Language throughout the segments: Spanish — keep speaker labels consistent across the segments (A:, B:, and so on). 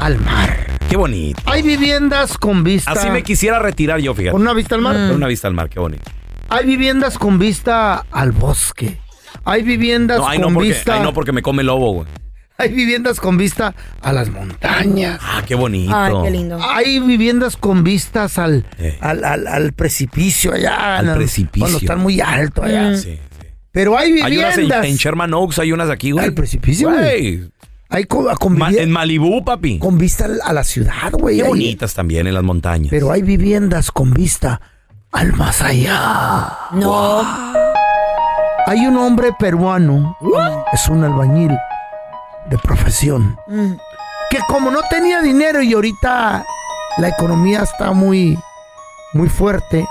A: al mar.
B: Qué bonito.
A: Hay viviendas con vista.
B: Así me quisiera retirar yo, fíjate.
A: ¿Con una vista al mar?
B: Con una Mm. vista al mar, qué bonito.
A: Hay viviendas con vista al bosque. Hay viviendas
B: No, ay,
A: con
B: no, porque,
A: vista.
B: ay, no, porque me come lobo, güey.
A: Hay viviendas con vista a las montañas.
B: Ah, qué bonito.
C: Ay, qué lindo.
A: Hay viviendas con vistas al,
B: Eh.
A: al, al- al precipicio allá.
B: Al
A: ¿no?
B: precipicio. Mm.
A: Cuando están muy alto allá.
B: Sí, sí.
A: Pero hay
B: Hay
A: Mm. viviendas.
B: unas en, en Sherman Oaks, hay unas aquí, güey.
A: Al precipicio,
B: Güey.
A: Hay co- a- con,
B: Ma-
A: vivi-
B: en Malibú, papi.
A: con vista al- a la ciudad, güey.
B: Qué
A: Hay-
B: bonitas también en las montañas.
A: Pero hay viviendas con vista al más allá.
C: No.
A: Hay un hombre peruano,
B: Uh.
A: es un albañil de profesión,
C: Mm.
A: que como no tenía dinero y ahorita la economía está muy, muy fuerte,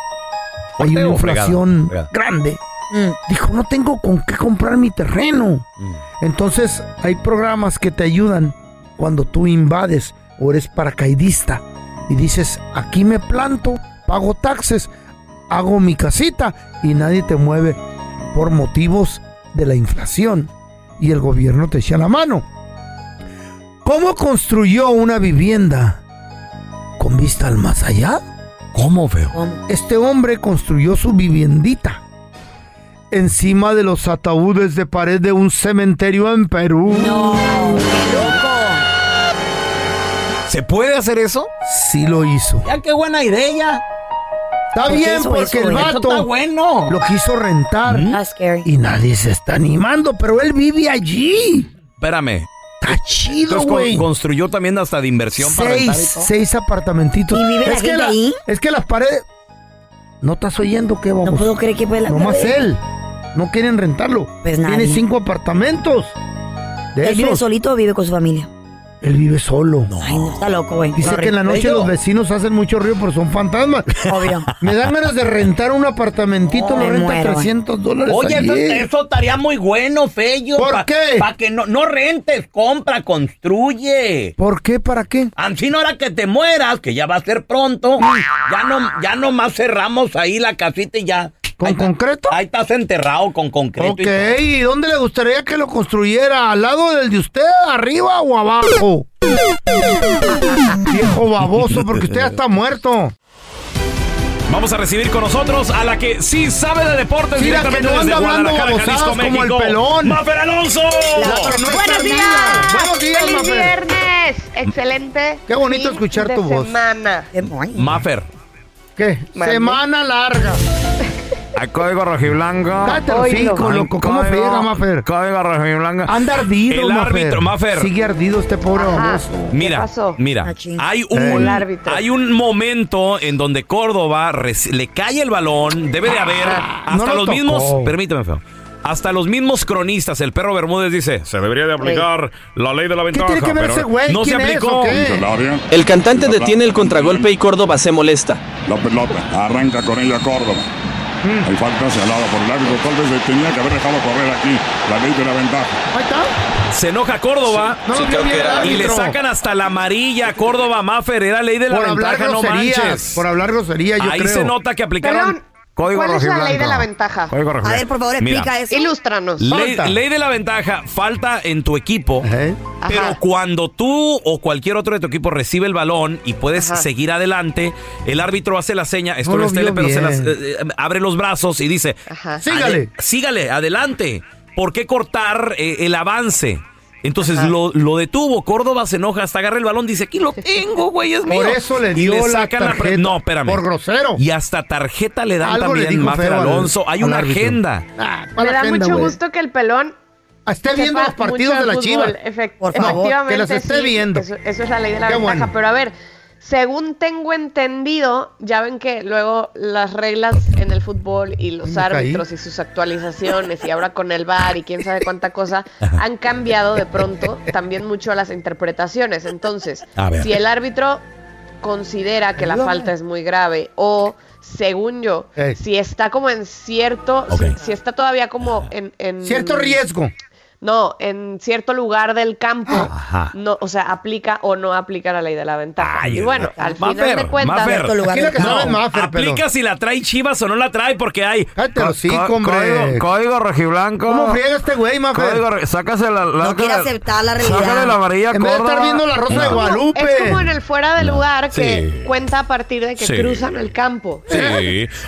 A: hay
B: ¿Fuerte
A: una
B: o fregada?
A: inflación
B: Fregada.
A: grande.
C: Mm.
A: Dijo, no tengo con qué comprar mi terreno.
B: Mm.
A: Entonces hay programas que te ayudan cuando tú invades o eres paracaidista y dices, aquí me planto, pago taxes, hago mi casita y nadie te mueve por motivos de la inflación y el gobierno te echa la mano. ¿Cómo construyó una vivienda con vista al más allá?
B: ¿Cómo, feo?
C: ¿Cómo?
A: Este hombre construyó su viviendita encima de los ataúdes de pared de un cementerio en Perú.
C: No, qué loco.
B: ¿Se puede hacer eso?
A: Sí lo hizo.
D: Ya qué buena idea.
A: Está
C: qué
A: bien
C: hizo
A: porque
C: eso, ¿Mm?
A: el
C: güey?
D: Eso está
A: vato
D: bueno.
A: lo quiso rentar
C: That's Ah, scary.
A: ¿Mm? y nadie se está animando, pero él vive allí.
B: Espérame.
A: Está chido,
B: Entonces, con-
A: güey.
B: construyó también hasta de inversión para rentar
A: Seis, seis apartamentitos.
C: ¿Y vive la gente ahí?
A: es que las paredes... ¿No estás oyendo qué vamos?
C: No puedo creer que fue la.
A: Nomás pues, él. No quieren rentarlo.
C: Pues
A: Tiene
C: nadie.
A: cinco apartamentos. De
C: ¿Él vive
A: esos,
C: solito o vive con su familia?
A: él vive solo.
C: Ay, no, está loco, güey.
A: Dice que en la noche los vecinos hacen mucho ruido, pero son fantasmas.
C: Obvio.
A: Me dan ganas de rentar un apartamentito, lo
C: Oh, me
A: renta
C: muero, güey.
A: 300 dólares.
D: Oye,
A: allí.
D: eso, eso estaría muy bueno, Fello.
A: ¿Por qué?
D: Para que no, no rentes, compra, construye.
A: ¿Por qué? ¿Para qué?
D: Así no ahora que te mueras, que ya va a ser pronto, ya no, ya nomás cerramos ahí la casita y ya.
A: ¿Con concreto?
D: Ahí estás enterrado con concreto.
A: Ok,
D: y todo.
A: ¿y dónde le gustaría que lo construyera? ¿Al lado del de usted, arriba o abajo? Viejo baboso, porque usted ya está muerto.
B: Vamos a recibir con nosotros a la que sí sabe de deportes
A: Mira que
B: directamente
A: no
B: desde
A: anda hablando
B: Guadalajara,
A: babosadas
B: Jalisco,
A: como el
B: México.
A: pelón.
B: ¡Mafer Alonso!
A: ¡Buenos
C: días.
A: ¡Buenos días,
E: ¡Feliz
A: Mafer!
E: viernes! Excelente.
A: Qué bonito escuchar
E: de
A: tu voz.
E: Semana.
B: Mafer,
A: ¿Qué?
E: Mande.
A: Semana larga.
F: A código rojiblanco.
A: Cállate el
E: Oílo.
A: hocico, loco. ¿Cómo
F: Código-
A: pega, Mafer?
F: Código rojiblanco.
A: Anda ardido,
B: El
A: Mafer.
B: árbitro, Mafer.
A: Sigue ardido este pobre
E: Ajá.
A: baboso.
B: mira,
E: pasó?
B: mira,
C: Ah, ching.
B: hay
E: El
B: un,
E: árbitro.
B: hay un momento en donde Córdoba reci- le cae el balón, debe de haber hasta
A: Ah, no lo
B: los
A: tocó.
B: mismos, permíteme, feo, hasta los mismos cronistas, el perro Bermúdez dice, se debería de aplicar la ley de la
A: ¿Qué
B: ventaja,
A: tiene que ver
B: pero
A: ese güey?
B: no se
A: ¿Quién es
B: aplicó.
A: o qué?
G: El cantante detiene el contragolpe y Córdoba se molesta.
F: La pelota arranca con ella Córdoba. Hay falta señalada por el árbitro. Tal vez se tenía que haber dejado correr aquí la ley de la ventaja.
A: Ahí está.
B: Se enoja Córdoba
A: No lo vio bien el
B: y le
A: árbitro.
B: sacan hasta la amarilla a Córdoba Mafer, era ley de la
A: Por hablar
B: ventaja, no
A: groserías.
B: manches.
A: Por hablar grosería, yo
B: Ahí
A: creo.
B: se nota que aplicaron
E: Perdón, ¿cuál es la ley de la ventaja?
C: A ver, por favor,
B: Mira.
C: explica eso.
E: Ilústranos.
B: Ley,
A: Falta.
B: ley de la ventaja, falta en tu equipo.
A: Ajá.
E: Ajá.
B: Pero cuando tú o cualquier otro de tu equipo recibe el balón y puedes
E: Ajá.
B: seguir adelante, el árbitro hace la seña, esto
A: No
B: no,
A: lo
B: es tele,
A: vio
B: pero se las,
A: bien.
B: eh, eh, abre los brazos y dice,
E: Ajá.
A: Sígale.
B: "Ade- sígale, adelante. ¿Por qué cortar eh, el avance? Entonces lo, lo detuvo, Córdoba se enoja, hasta agarra el balón, dice, aquí lo tengo, güey, es mío.
A: Por eso le
B: Y
A: dio la
B: sacan pre-
A: tarjeta.
B: No, espérame.
A: Por grosero.
B: Y hasta tarjeta le dan
A: Algo le
B: también,
A: dijo
B: Mafer
A: feo al-
B: Alonso. Hay
A: al
B: una
A: árbitro.
B: agenda.
A: Ah, ¿cuál
E: Me da
A: agenda,
E: mucho
A: güey?
E: gusto que el pelón
A: Esté viendo
E: sepa
A: los partidos
E: mucho
A: de la
E: fútbol.
A: Chivas.
E: Efect-
C: Por favor,
E: efectivamente,
A: que los esté
E: sí,
A: viendo.
E: Eso, eso es la ley de la
A: Qué
E: ventaja.
A: bueno.
E: Pero a ver, según tengo entendido, ya ven que luego las reglas en el fútbol y los
A: Me caí.
E: árbitros y sus actualizaciones y ahora con el VAR y quién sabe cuánta cosa han cambiado de pronto también mucho las interpretaciones. Entonces,
B: A ver.
E: si el árbitro considera que la falta es muy grave o según yo,
A: Ey.
E: si está como en cierto, si-
B: Ok.
E: si, está todavía como en, en
A: Cierto riesgo.
E: no, en cierto lugar del campo,
B: Ajá.
E: no, o sea, aplica o no aplica la ley de la ventaja.
B: Ay,
E: y bueno,
B: no.
E: al
B: Mafer,
E: final de cuentas,
B: Mafer.
C: Cierto lugar
A: Aquí la
C: del
A: que
C: campo.
A: sabe más, Fer,
B: Aplica
A: perdón.
B: si la trae Chivas o no la trae, porque hay.
A: Cállate el hocico,
F: Co-
A: hombre.
F: Código, código rojiblanco.
A: ¿Cómo friega este güey, Mafer?
F: Código, ro- sácase la, la-
C: No quiere aceptar la realidad.
F: Sácale la amarilla a
A: En vez de estar
F: Córdoba.
A: viendo la Rosa de
E: como-
A: Guadalupe.
E: es como en el fuera de lugar que
B: Sí.
E: cuenta a partir de que
B: Sí.
E: cruzan el campo.
B: Sí.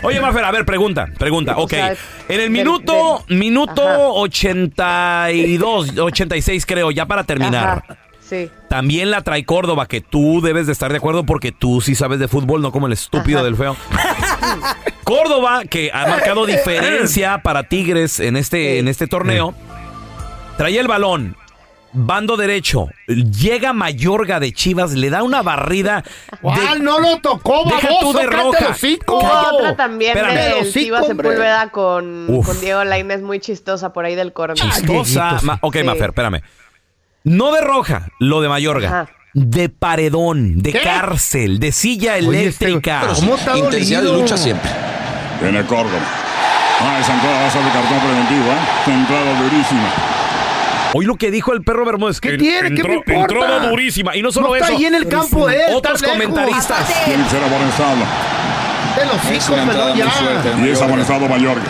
B: Oye, Mafer, a ver, pregunta, pregunta.
E: O
B: Ok.
E: sea,
B: en el
E: del-
B: minuto,
E: del- Ajá.
B: minuto 82, 86 creo, ya para terminar.
E: Ajá, Sí.
B: También la trae Córdoba, que tú debes de estar de acuerdo porque tú sí sabes de fútbol, no como el estúpido del feo. Córdoba, que ha marcado diferencia para Tigres en este, en este torneo, trae el balón. Bando derecho, llega Mayorga de Chivas, le da una barrida. de-
A: ¿Cuál? no lo tocó,
B: Deja tú
A: baboso.
B: de
A: Cállate
B: roca.
A: el hocico.
E: Hay
B: Wow.
E: otra también
B: Espérame.
E: del
A: Hocico,
E: Tiva
A: hombre.
E: Sepúlveda con,
B: Uf.
E: con Diego Lainez, muy chistosa por ahí del corner.
B: chistosa.
A: Dieguito,
B: Ma-
A: sí.
B: ok,
E: Sí.
B: Mafer, espérame. No de roja, lo de Mayorga.
E: Ajá.
B: De paredón, de
A: ¿Qué?
B: cárcel, de silla
A: Oye, este-
B: eléctrica.
A: pero ¿Cómo está
G: Intensidad y
A: dolido?
G: lucha siempre.
F: Viene Córdoba. Ah, esa entrada va a ser de cartón preventivo, ¿eh? Entrada durísima.
B: Hoy lo que dijo el perro Bermúdez.
A: ¿Qué
B: que
A: tiene? ¿Qué me
B: entró-
A: importa?
B: entró durísima. Y no solo
A: no
B: eso.
A: está ahí en el campo él. está
B: Otros
A: lejos.
B: comentaristas.
C: Aparte,
F: Y será por el saldo.
A: Cállate el hocico, pelón, ya.
F: Y es amonestado Mayorga.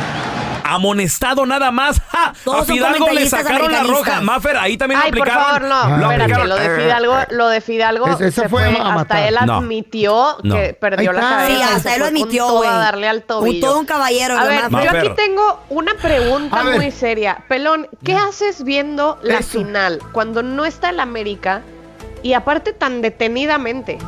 B: Amonestado nada más. ¡Ja!
C: Todos
B: A
C: son
B: Fidalgo le
C: comentaristas
B: sacaron la roja.
C: americanistas.
B: Mafer, ahí también
E: Ay,
B: lo
E: por
B: aplicaron. Eh,
E: favor, no.
A: Ah,
E: Espérate,
A: aplicaron-
E: lo de Fidalgo, lo de Fidalgo
A: Ese- ese
E: se
A: fue
E: fue,
A: a matar.
E: hasta él
B: No.
E: admitió
B: No.
E: que perdió
A: Ahí
E: la
A: está.
E: cabeza.
C: Sí,
E: y se
C: hasta él lo
E: fue con
C: admitió,
E: todo
C: güey.
E: A darle al
C: Un
E: tobillo.
C: todo un caballero,
E: A
C: lo
E: ver,
C: más.
E: yo aquí
B: Mafer.
E: tengo una pregunta
A: A ver.
E: muy seria. Pelón, ¿qué haces viendo la
A: Eso.
E: final cuando no está el América y aparte tan detenidamente?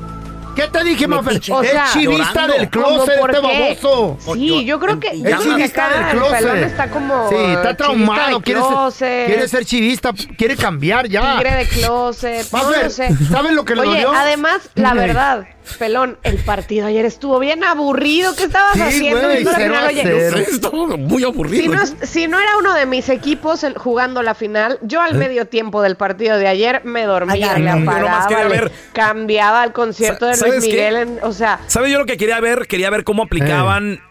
A: ¿Qué te dije, Mafer?
C: Metiche. O
A: Es
E: sea,
A: chivista
B: llorando.
A: del
E: ¿Cómo,
A: closet
E: por
A: este
E: qué?
A: baboso.
E: Sí, yo creo que.
A: Es
E: yo creo que
A: chivista
E: acá
A: del closet.
E: El pelón está como.
A: Sí, está traumado. Quiere ser, quiere
E: ¿Quieres
A: ser chivista. Quiere cambiar ya.
E: tigre de closet. no
A: Mafer,
E: lo sé.
A: ¿saben lo que le
E: Oye,
A: dolió?
E: Además, la
A: Dime.
E: verdad, pelón, el partido ayer estuvo bien aburrido. ¿Qué estabas
A: Sí,
E: haciendo?
A: güey,
E: viendo la
A: cero
E: final?
A: a
E: Oye,
A: cero.
B: muy aburrido.
E: Si no, es- si no era uno de mis equipos el- jugando la final, yo al medio tiempo del partido de ayer me dormía,
C: Ay,
E: le
C: ay, ay.
E: apagaba,
B: Yo nomás quería
E: le
B: ver-
E: cambiaba el concierto
B: Sa-
E: de
B: ¿sabes
E: Luis
B: qué?
E: Miguel, en- o sea,
B: ¿Sabes yo lo que quería ver? Quería ver cómo aplicaban
A: Eh.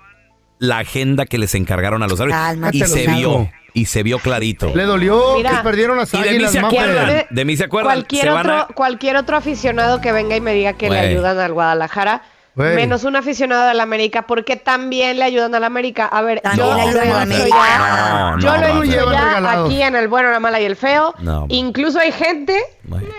B: la agenda que les encargaron a los árbitros.
C: Cálmate,
B: Y se
C: Lozano.
B: vio, y se vio clarito.
A: Le dolió
E: Mira.
A: que perdieron las
B: Y de mí
A: águilas,
B: se
A: Mafer.
B: acuerdan.
E: Aparte,
B: de mí se acuerdan,
E: Cualquier,
B: se van
E: otro,
B: a-
E: cualquier otro aficionado que venga y me diga que
B: Güey.
E: le ayudan al Guadalajara,
A: Güey.
E: Menos un aficionado de la América, porque también le ayudan a la América. A ver, yo,
C: También le ayudan a la
E: lo he dicho
C: América.
E: ya,
C: No,
E: yo
C: no,
E: lo he
C: no,
E: dicho
C: no.
E: ya
C: Regalados.
E: aquí en el bueno, la mala y el feo.
C: No.
E: Incluso hay gente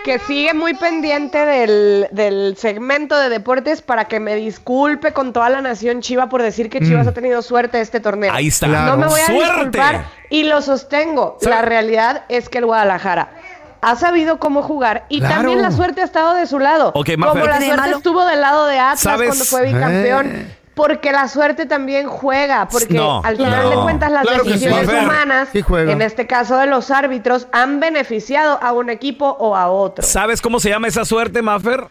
E: que sigue muy pendiente del, del segmento de deportes para que me disculpe con toda la nación Chiva por decir que Chivas
B: Mm.
E: ha tenido suerte este torneo.
B: Ahí está.
E: No me
B: Claro.
E: voy a
B: ¡Suerte!
E: disculpar y lo sostengo. La realidad es que el Guadalajara ha sabido cómo jugar y
B: Claro.
E: también la suerte ha estado de su lado.
B: Ok,
E: Como
B: Mafer.
E: la
B: ¿Tiene de
E: suerte
B: malo?
E: estuvo del lado de Atlas
B: ¿Sabes?
E: cuando fue bicampeón.
B: Eh.
E: Porque la suerte también juega, porque
B: No,
E: al final
B: no.
E: de cuentas las
B: Claro que sí.
E: decisiones
B: Mafer,
E: humanas,
B: sí juega.
E: en este caso de los árbitros, han beneficiado a un equipo o a otro.
B: ¿Sabes cómo se llama esa suerte, Maffer?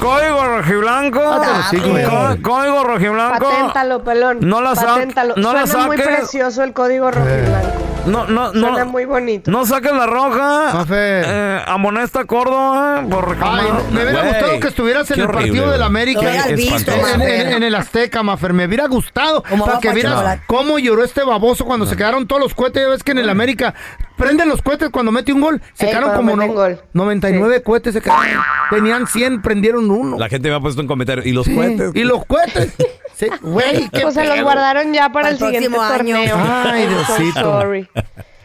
B: Código rojiblanco.
A: pues
E: Ah, sí, güey.
B: Co- Código rojiblanco.
E: Paténtalo, pelón.
B: No la sa-
E: Paténtalo.
B: no la
E: Suena muy
B: saques.
E: precioso el código rojo
A: Eh.
E: y blanco.
B: No, no, no.
E: Suena muy bonito.
B: No saques la roja. Eh, amonesta a Córdoba por reclamar.
A: Me hubiera
B: Güey,
A: gustado que estuvieras en
B: qué
A: el
B: horrible,
A: partido del
B: güey.
A: América. Eh,
B: Qué
A: en,
B: espantoso.
A: en- en- en el Azteca, Mafer. Me hubiera gustado para
B: va
A: que
B: pa'
A: vieras
B: chocolate.
A: cómo lloró este baboso cuando se quedaron todos los cohetes. Ya ves que en el América prenden los cohetes cuando mete un gol. Se
E: Ey,
A: quedaron
E: cuando
A: como no-
E: mete un gol.
A: 99 cohetes. Se quedaron. Tenían 100, prendieron uno.
B: La gente me ha puesto en comentario. ¿Y los cohetes?
A: Y los cohetes. Sí, güey, qué
E: O sea, Pues los
A: pedo.
E: guardaron ya para,
C: Para
E: el
C: el
E: siguiente
C: próximo año.
E: torneo.
A: Ay,
E: I'm so
A: Diosito.
E: sorry.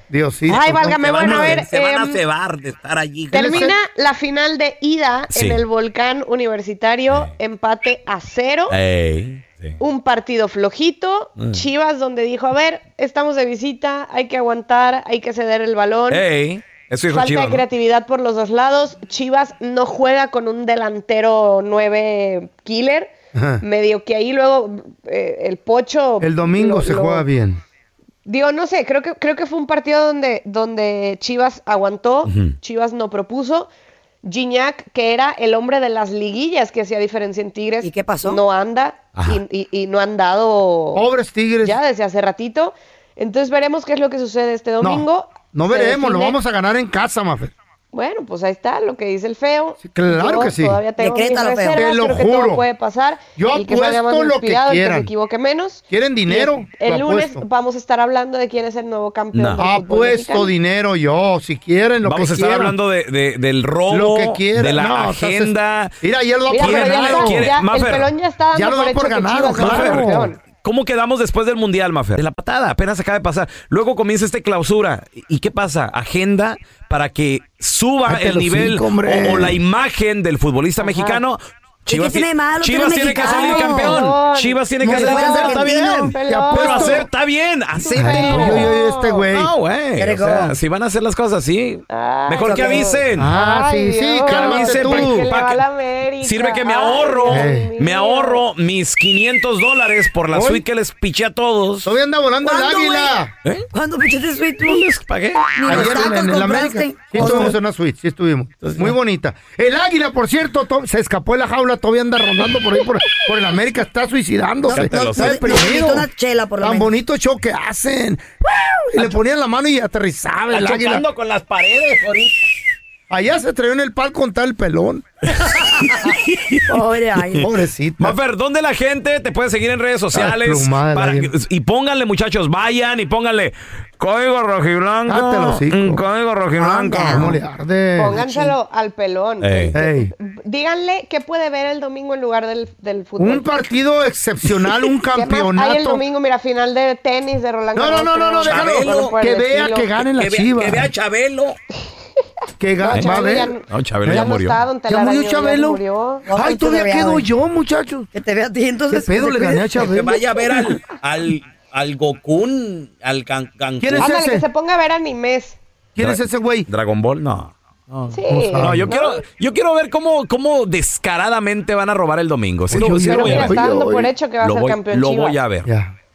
A: Diosito.
E: Ay, válgame, bueno, a ver.
D: Se van a
E: em,
D: cebar de estar allí.
E: Termina la final de ida
D: Sí.
E: en el Volcán Universitario,
B: Eh.
E: empate a cero,
B: Ey.
E: un partido flojito,
B: Eh. Mm.
E: Chivas donde dijo, a ver, estamos de visita, hay que aguantar, hay que ceder el balón.
B: Ey. Eso dijo
E: Falta
B: Chivas.
E: de
B: ¿no?
E: creatividad por los dos lados. Chivas no juega con un delantero 9 killer.
A: Ajá.
E: Medio que ahí luego eh, el pocho.
A: El domingo
E: lo-
A: se
E: lo-
A: juega bien.
E: Digo, no sé, creo que, creo que fue un partido donde, donde Chivas aguantó,
A: Ujú.
E: Chivas no propuso. Gignac, que era el hombre de las liguillas que hacía diferencia en Tigres, ¿Y qué pasó? no anda y, y- y no han dado. Pobres
A: Tigres.
E: Ya desde hace ratito. Entonces veremos qué es lo que sucede este
A: No,
E: domingo.
A: No
E: Se
A: veremos, lo
E: define-
A: vamos a ganar en casa, Mafer.
E: Bueno, pues ahí está lo que dice el feo.
A: claro
E: Yo
A: que sí.
E: Todavía tengo mis
A: Decrétalo, feo.
E: reservas,
A: Te lo
E: creo que todo
A: juro.
E: puede pasar.
A: Yo
E: el que salga más
A: apuesto lo que
E: inspirado, el que se
A: quieran.
E: equivoque menos.
A: ¿Quieren dinero?
E: Y el
A: Lo
E: el lunes
A: apuesto.
E: vamos a estar hablando de quién es el nuevo campeón. del
A: Ha
E: fútbol
A: puesto
E: mexicano.
A: dinero yo, si quieren, lo
B: Vamos
A: que
B: a estar
A: quieran.
B: hablando de, de- del robo,
A: Lo que quieran.
B: de la
A: No, o sea, se-
B: agenda.
A: Mira, ayer lo
E: Mira,
A: por
E: pero ya
A: ganado.
E: está, ya, el pelón ya está dando
A: Ya lo da
E: por
A: por
E: hecho que
A: ganado,
E: Chivas va a ser
A: claro.
E: campeón.
B: ¿Cómo quedamos después del Mundial, Mafer? De la patada, apenas acaba de pasar. Luego comienza este clausura. ¿Y qué pasa? Agenda para que suba
A: Cállate
B: el
A: los
B: nivel
A: cinco,
B: o,
A: hombre.
B: o la imagen del futbolista mexicano.
C: ¿Y qué tiene de malo ser
B: Chivas
C: un
B: tiene que salir
C: mexicano?
B: campeón. Chivas tiene que
C: Como
B: salir
C: si fueras
B: campeón. Está bien.
C: argentino, pelón.
B: Pero hacer- está bien.
A: Yo,
B: Acéptenlo.
A: yo, yo, este güey.
B: No, güey. O sea, si van a hacer las cosas así, mejor que avisen.
A: Ah, sí, sí,
B: Que
A: Ah, cálmate
B: avisen para-
A: tú.
B: para que- Sirve que me ahorro, me ahorro mis 500 dólares por la
A: Hoy-
B: suite que les piché a todos.
A: Todavía anda volando el
B: ¿Cuándo,
A: águila.
B: ¿Eh?
C: ¿Cuándo pichaste suite tú?
B: les pagué.
A: Ayer en, en el América. Sí, estuvimos en una suite, sí estuvimos. Muy bonita. El águila, por cierto, to- se escapó de la jaula, todavía anda rondando por ahí, por, por el América, está suicidándose.
B: No, no,
A: está
B: no,
A: deprimido.
C: necesito una chela, por lo
A: Tan
C: menos.
A: bonito show que hacen. Y le ponían la mano y aterrizaba el
D: Está
A: águila.
D: chocando con las paredes ahorita.
A: Allá se trayó en el palco con tal pelón. ¿Eh?
C: Pobre águila.
A: Pobrecito.
B: Mafer, ¿dónde la gente te puede seguir en redes sociales?
A: Ah, plumada,
B: Para-
A: nadie.
B: y pónganle, muchachos, vayan y pónganle código
A: Cállate el
B: rojiblanco.
A: hocico.
B: mm, Código rojiblanco.
A: ¿Cómo le arde?
E: Pónganselo al pelón.
A: Ey. Ey.
E: Díganle qué puede ver el domingo en lugar del, del fútbol.
A: Un partido excepcional, un
E: ¿Qué más Hay el
A: campeonato.
E: domingo, mira, final de tenis de Roland
A: No,
E: Garros.
A: no, no, no, no,
E: creo.
A: déjalo.
E: Algo por
A: Que
E: el
A: vea
E: estilo.
A: que gane la
D: Que vea-
A: chiva.
D: Que vea Chabelo.
A: Que
E: No,
A: gane. va a
E: Chabelo ya
A: ver.
E: no-
B: No, Chabelo
A: ¿Eh?
B: ya
A: no
B: murió.
E: está,
A: ¿Ya
E: don
A: murió
E: Telaraño, ya
A: Chabelo?
E: murió.
A: Ay, todavía quedo yo, muchachos.
C: Que te vea a ti, entonces.
A: ¿Qué pedo le gané a
D: Que
A: Chabelo?
D: vaya a ver al, al, al Gokun, al Can, Cancún. Ah,
A: ¿Quién es
E: Ándale,
A: ese?
E: que se ponga a ver animes.
A: ¿Quién es ese güey?
B: Dragon Ball, no.
E: Sí.
B: No, yo quiero, yo quiero ver cómo, cómo descaradamente van a robar el domingo. Sí, lo- sí lo
E: Pero
B: voy a
E: mira,
B: ver.
E: está dando por hecho que va a
B: Lo
E: ser
B: voy-
E: campeón
B: Lo
E: Chivas.
B: voy a ver.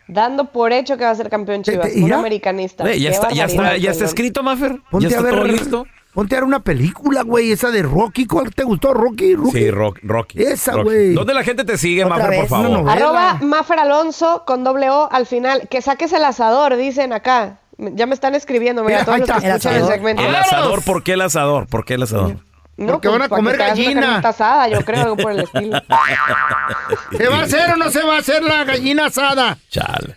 E: Dando por hecho que va a ser campeón Chivas.
A: te-
E: Un
A: ya?
E: americanista.
B: Güey, ya,
E: Qué
B: está, ya, está,
E: barbaridad,
B: ya está
E: pelón.
B: escrito, Mafer.
A: Ponte
B: ya
A: a
B: está
A: ver.
B: todo listo.
A: Ponte a ver una película, güey, esa de Rocky. ¿Cuál te gustó? Rocky, Rocky.
B: Sí, Rock- Rocky.
A: Esa,
B: Rocky.
A: güey.
B: ¿Dónde la gente te sigue,
A: Otra
B: Mafer, por
A: vez. No,
B: favor?
A: no,
E: Arroba Mafer Alonso con doble O al final. Que saques el asador, dicen acá. Me- Ya me están escribiendo, mira,
A: Mira,
E: todos
A: ahí
E: los que
A: está. El
E: escuchan el
A: asador.
E: segmento.
B: El asador, ¿por qué el asador? ¿Por qué el asador?
E: No,
A: Porque
E: pues,
A: van a
E: para
A: comer
E: que te hagas una
A: gallina.
E: carnita asada, yo creo, algo por el estilo.
A: ¿Se va a hacer o no se va a hacer la gallina asada?
B: Chale.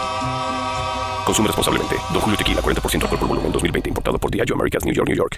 H: Consume responsablemente. Don Julio Tequila, 40% alcohol por volumen, 2020. Importado por Diageo Americas, New York, New York.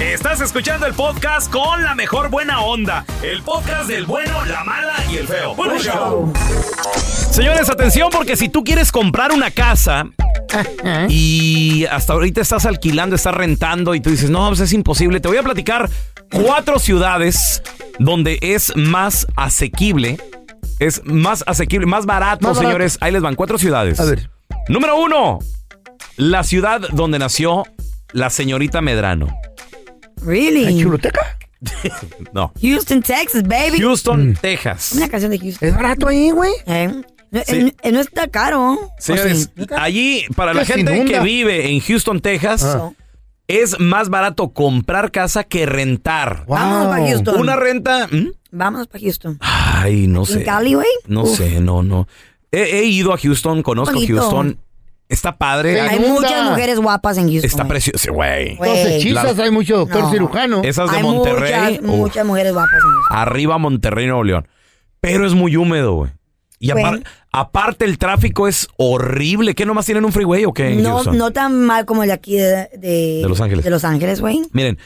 B: Estás escuchando el podcast con la mejor buena onda. El podcast del bueno, la mala y el feo. Bueno, show. Señores, atención porque si tú quieres comprar una casa y hasta ahorita estás alquilando, estás rentando y tú dices, no, pues es imposible, te voy a platicar cuatro ciudades donde es más asequible. Es más asequible, más barato,
I: Más barato.
B: señores. Ahí les van cuatro ciudades.
I: A ver.
B: Número uno, la ciudad donde nació la señorita Medrano.
C: Really?
B: No.
C: Houston, Texas, baby.
B: Houston, Texas.
C: Una canción de Houston. Es barato ahí, güey. No,
B: Sí.
C: eh, no está caro. Pues
B: Señores, allí, para la
C: Que se
B: gente
C: inunda. Ah.
B: que vive en Houston, Texas, es más barato comprar casa que rentar.
C: Vámonos para Houston.
B: Una renta. ¿Mm?
C: Vámonos para Houston.
B: Ay, no sé.
C: ¿En Cali, güey?
B: No
C: Uf.
B: sé, no, no. He, he ido a Houston, conozco
C: Bonito.
B: Houston. Está padre.
C: Hay muchas mujeres guapas en Houston.
B: Está
C: güey.
B: precioso, güey.
C: Güey. Los hechizas, hay
A: mucho doctor
C: No.
A: cirujano.
B: Esas de
C: Hay
B: Monterrey.
C: Muchas,
B: uf,
C: muchas mujeres guapas en Houston.
B: arriba Monterrey, Nuevo León. Pero es muy húmedo, güey. Y apar-
C: Güey.
B: aparte el tráfico es horrible. ¿Qué nomás tienen un freeway o qué? en
C: No,
B: Houston?
C: no tan mal como el de aquí de, de,
B: De Los Ángeles.
C: De Los Ángeles, güey.
B: Miren,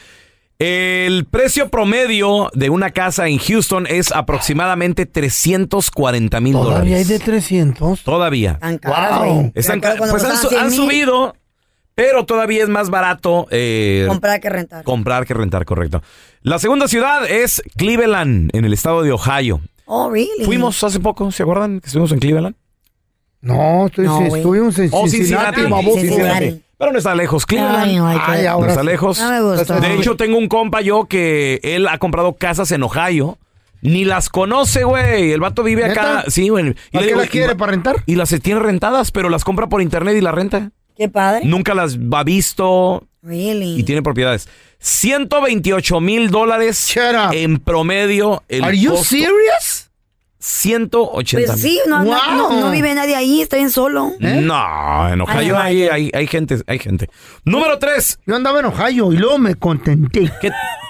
B: el precio promedio de una casa en Houston es aproximadamente 340 mil
A: Todavía hay
B: dólares.
A: de 300.
B: Todavía.
C: Tan caras, güey.
B: Están
C: Me Ah, acuerdo
B: ca-
C: cuando
B: pues han,
C: costaban
B: su- han
C: 100,000.
B: subido, pero todavía es más barato eh,
C: Comprar que rentar.
B: comprar que rentar, correcto. La segunda ciudad es Cleveland, en el estado de Ohio.
C: Oh, really?
B: Fuimos hace poco, ¿se acuerdan que estuvimos en Cleveland?
A: No, estoy-
B: No, güey.
A: estuvimos en
B: Oh,
A: Cincinnati,
B: Cincinnati,
A: baboso.
B: Cincinnati. Pero no está lejos, Cleveland.
A: Ay, no, hay que- Ay, ahora
B: no está
A: sí.
B: lejos.
A: No me gustó.
B: De hecho, tengo un compa yo que él ha comprado casas en Ohio. Ni las conoce, güey. El vato vive acá.
A: ¿Neta?
B: Sí, güey. Y
A: ¿Para
B: le
A: qué
B: digo,
A: las quiere,
B: y- Y las tiene rentadas, pero las compra por internet y las renta.
C: Qué padre.
B: Nunca las ha visto
C: Really.
B: y tiene propiedades. 128 mil dólares en promedio. El
A: Are you
B: costo.
A: serious?
B: 180
C: Pues sí, no, no-
A: Wow.
C: no- no vive nadie ahí, está bien solo.
A: ¿Eh?
B: No, en Ohio
C: Ah,
B: hay, hay, hay gente, hay gente. Número 3.
A: Yo andaba en Ohio y luego me contenté.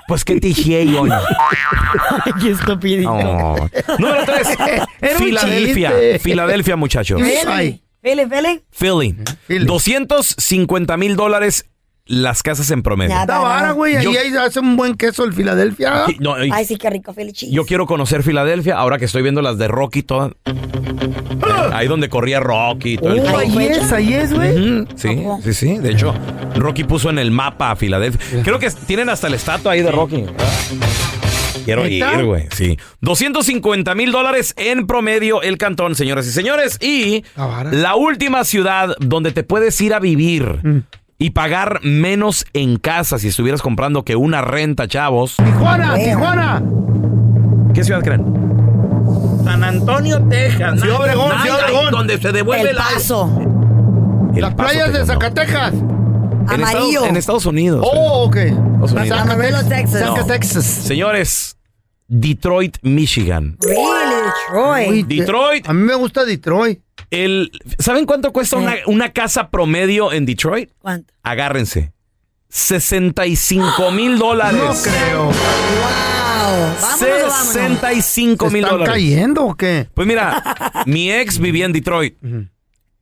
B: Pues qué te dije yo.
A: Qué estupidito.
B: Oh. Número 3.
A: Era un
B: Filadelfia.
A: chiste.
B: Filadelfia, muchachos.
C: Fele, fele, fele.
B: Philly. 250 mil dólares las casas en promedio.
A: Está vara, güey.
B: Yo-
A: Ahí, ahí hace un buen queso el Filadelfia.
B: Sí, no, y- Ay,
C: sí, qué rico, fele cheese.
B: Yo quiero conocer Filadelfia ahora que estoy viendo las de Rocky todas. Ahí donde corría Rocky y todo el
A: Oh,
B: show.
A: ahí es, ahí es, güey.
B: Ujú, Sí, sí, sí. De hecho, Rocky puso en el mapa a Filadelfia. Creo que tienen hasta la estatua ahí de Rocky. Quiero
J: ¿Neta?
B: ir, güey. Sí. 250 mil dólares en promedio el cantón, señoras y señores. Y la última ciudad donde te puedes ir a vivir
A: Mm.
B: y pagar menos en casa si estuvieras comprando que una renta, chavos.
A: Tijuana, Tijuana.
B: ¿Qué ciudad creen? San Antonio, Texas.
A: Ciudad Obregón, Ciudad Obregón.
B: Donde se devuelve
A: El
B: la-
A: Paso.
B: El
A: Las
B: Paso,
A: playas de
B: Texas, no.
A: Zacatecas.
B: En Estados, en Estados Unidos.
A: Oh, ok. Las
B: Estados Unidos.
A: Zacatecas.
B: No.
A: Zacatecas.
B: Señores, Detroit, Michigan.
A: Uy,
B: Detroit. Detroit.
A: A mí me gusta Detroit.
B: El, ¿Saben cuánto cuesta una, una casa promedio en Detroit?
C: ¿Cuánto?
B: Agárrense. 65 mil dólares.
A: No creo.
C: Vámonos, vámonos.
B: 65 mil
A: ¿Están
B: dólares.
A: cayendo o qué?
B: Pues mira, mi ex vivía en Detroit.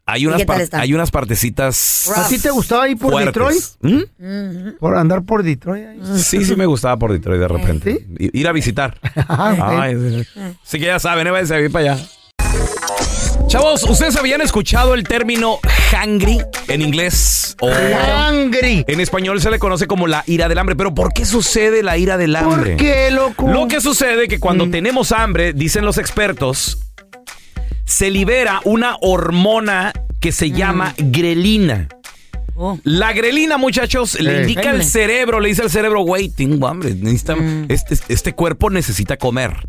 B: Hay unas,
A: qué tal
B: par-
A: está?
B: hay unas partecitas.
A: ¿A ti te gustaba ir por
B: Fuertes. ¿Mm?
A: Detroit? ¿Por andar por Detroit? ahí?
B: Sí, sí me gustaba por Detroit de repente. I- Ir a visitar. Ay, sí, sí. Así que ya saben, eh, váyanse a vivir para allá. Chavos, ¿ustedes habían escuchado el término hungry en inglés? O
A: hungry.
B: En español se le conoce como la ira del hambre. Pero ¿por qué sucede la ira del hambre?
A: ¿Por qué, loco?
B: Lo que sucede que cuando tenemos hambre, dicen los expertos, se libera una hormona que se llama grelina. La grelina, muchachos,
D: Eh.
B: le indica
D: Gremlin.
B: el cerebro, le dice al cerebro, güey, tengo hambre, necesita-
D: Mm.
B: este, este cuerpo necesita comer.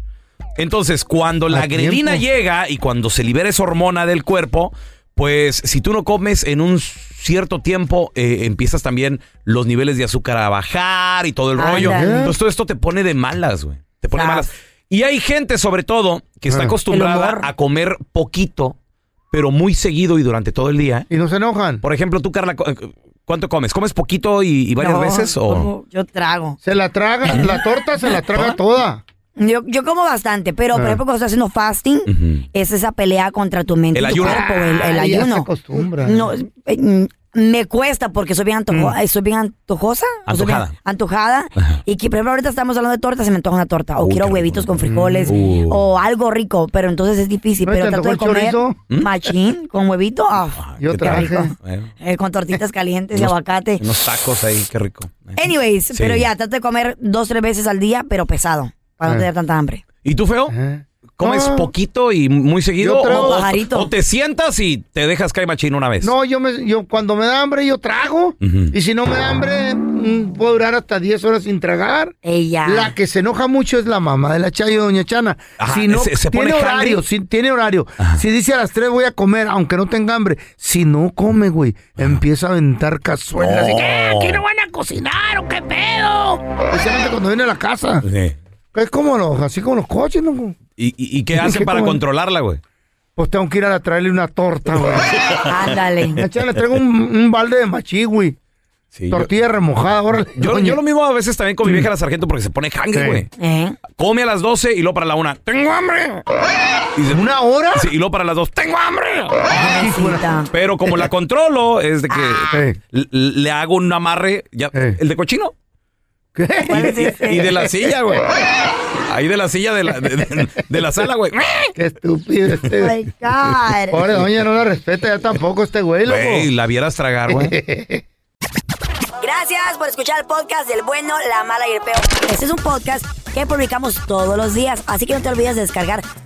B: Entonces, cuando la
D: A
B: grelina
D: tiempo.
B: llega y cuando se libera esa hormona del cuerpo, pues si tú no comes en un cierto tiempo, eh, empiezas también los niveles de azúcar a bajar y todo el rollo.
D: Ándale.
B: Entonces, todo esto te pone de malas, güey. Te pone de malas. Y hay gente, sobre todo, que está
D: Ah. El
B: acostumbrada
D: humor.
B: a comer poquito, pero muy seguido y durante todo el día. Y no se enojan. Por ejemplo, tú, Carla, cu- eh, ¿cuánto comes? ¿Comes poquito y, y varias
C: No,
B: veces? O...
C: como- Yo trago.
A: Se la traga, la torta se la traga toda.
C: Yo, yo como bastante, pero por
A: Ah.
C: ejemplo cuando estás haciendo fasting, es esa pelea contra tu mente. y
A: El
C: tu
A: ayuno.
C: cuerpo, el, el
A: Ay, ya
C: ayuno.
A: se acostumbra.
C: No, eh, mm, me cuesta porque soy bien, antojo- ay, soy bien antojosa. o soy bien
A: Mm. Antojada.
C: antojada. Y que, por ejemplo, ahorita estamos hablando de torta, se me antoja una torta. O quiero huevitos con frijoles.
A: Uh.
C: O algo rico, pero entonces es difícil.
A: ¿No te
C: pero trato de
A: antojó el
C: comer
A: chorizo? ¿Mm?
C: machín con huevito. ah,
B: Yo
C: qué
B: traje.
C: rico.
B: Bueno.
C: Eh, con tortitas calientes y
B: Unos-
C: aguacate.
B: Unos tacos ahí, qué rico. eh.
C: Anyways,
B: Sí.
C: pero ya, trato de comer dos, tres veces al día, pero pesado, para
B: Ah.
C: no tener tanta hambre.
B: ¿Y tú, feo? ¿Comes
A: No.
B: poquito y muy seguido?
A: Yo trago-
B: o,
A: Pajarito.
B: o te sientas y te dejas caer machín una vez.
A: No, yo me, yo cuando me da hambre yo trago. Y si no me da hambre, mm, puedo durar hasta 10 horas sin tragar.
C: Ella.
A: La que se enoja mucho es la mamá de la Chayo, doña Chana.
B: Ajá,
A: si no
B: se- se pone
A: tiene
B: hungry.
A: horario, si tiene horario. Si dice a las 3 voy a comer, aunque no tenga hambre. Si no come, güey, empieza a aventar cazuelas. y, ¿Qué? ¿Qué no van a cocinar o qué pedo? Especialmente cuando viene a la casa.
B: Sí.
A: Es como los, así como los coches, ¿no?
B: ¿Y, y, y qué hacen
A: ¿Qué
B: para
A: comen?
B: controlarla, güey?
A: Pues tengo que ir a traerle una torta, güey.
B: Ándale.
A: Doña Chana, traigo un, un balde de machi, güey.
B: yo-
A: Tortilla remojada, órale.
B: Yo, yo lo mismo a veces también con mi vieja la sargento porque se pone hangry,
A: Sí.
B: güey.
C: Eh,
B: Come a las 12 y luego para la 1. ¡Tengo hambre!
A: ¿Una hora?
B: Sí, y luego para las 2. ¡Tengo hambre!
C: Pobrecita.
B: Pero como la controlo, es de que l- le hago un amarre. ya- ¿El de cochino?
A: ¿Qué?
B: Y, y de la silla, güey. Ahí de la silla de la, de- de- de la sala, güey.
A: Qué estúpido este.
C: Oh my God.
A: Pobre doña, no la respeta ya tampoco este güey, loco.
B: Güey, la vieras tragar, güey.
C: Gracias por escuchar el podcast del bueno, la mala y el peor. Este es un podcast que publicamos todos los días, así que no te olvides de descargar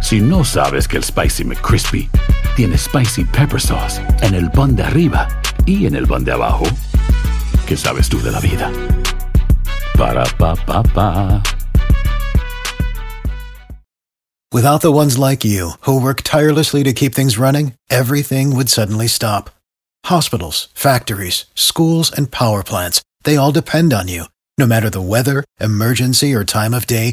K: Si no sabes que el Spicy McCrispy tiene spicy pepper sauce en el pan de arriba y en el pan de abajo, ¿qué sabes tú de la vida? Para pa pa pa.
L: Without the ones like you, who work tirelessly to keep things running, everything would suddenly stop. Hospitals, factories, schools, and power plants, they all depend on you. No matter the weather, emergency, or time of day,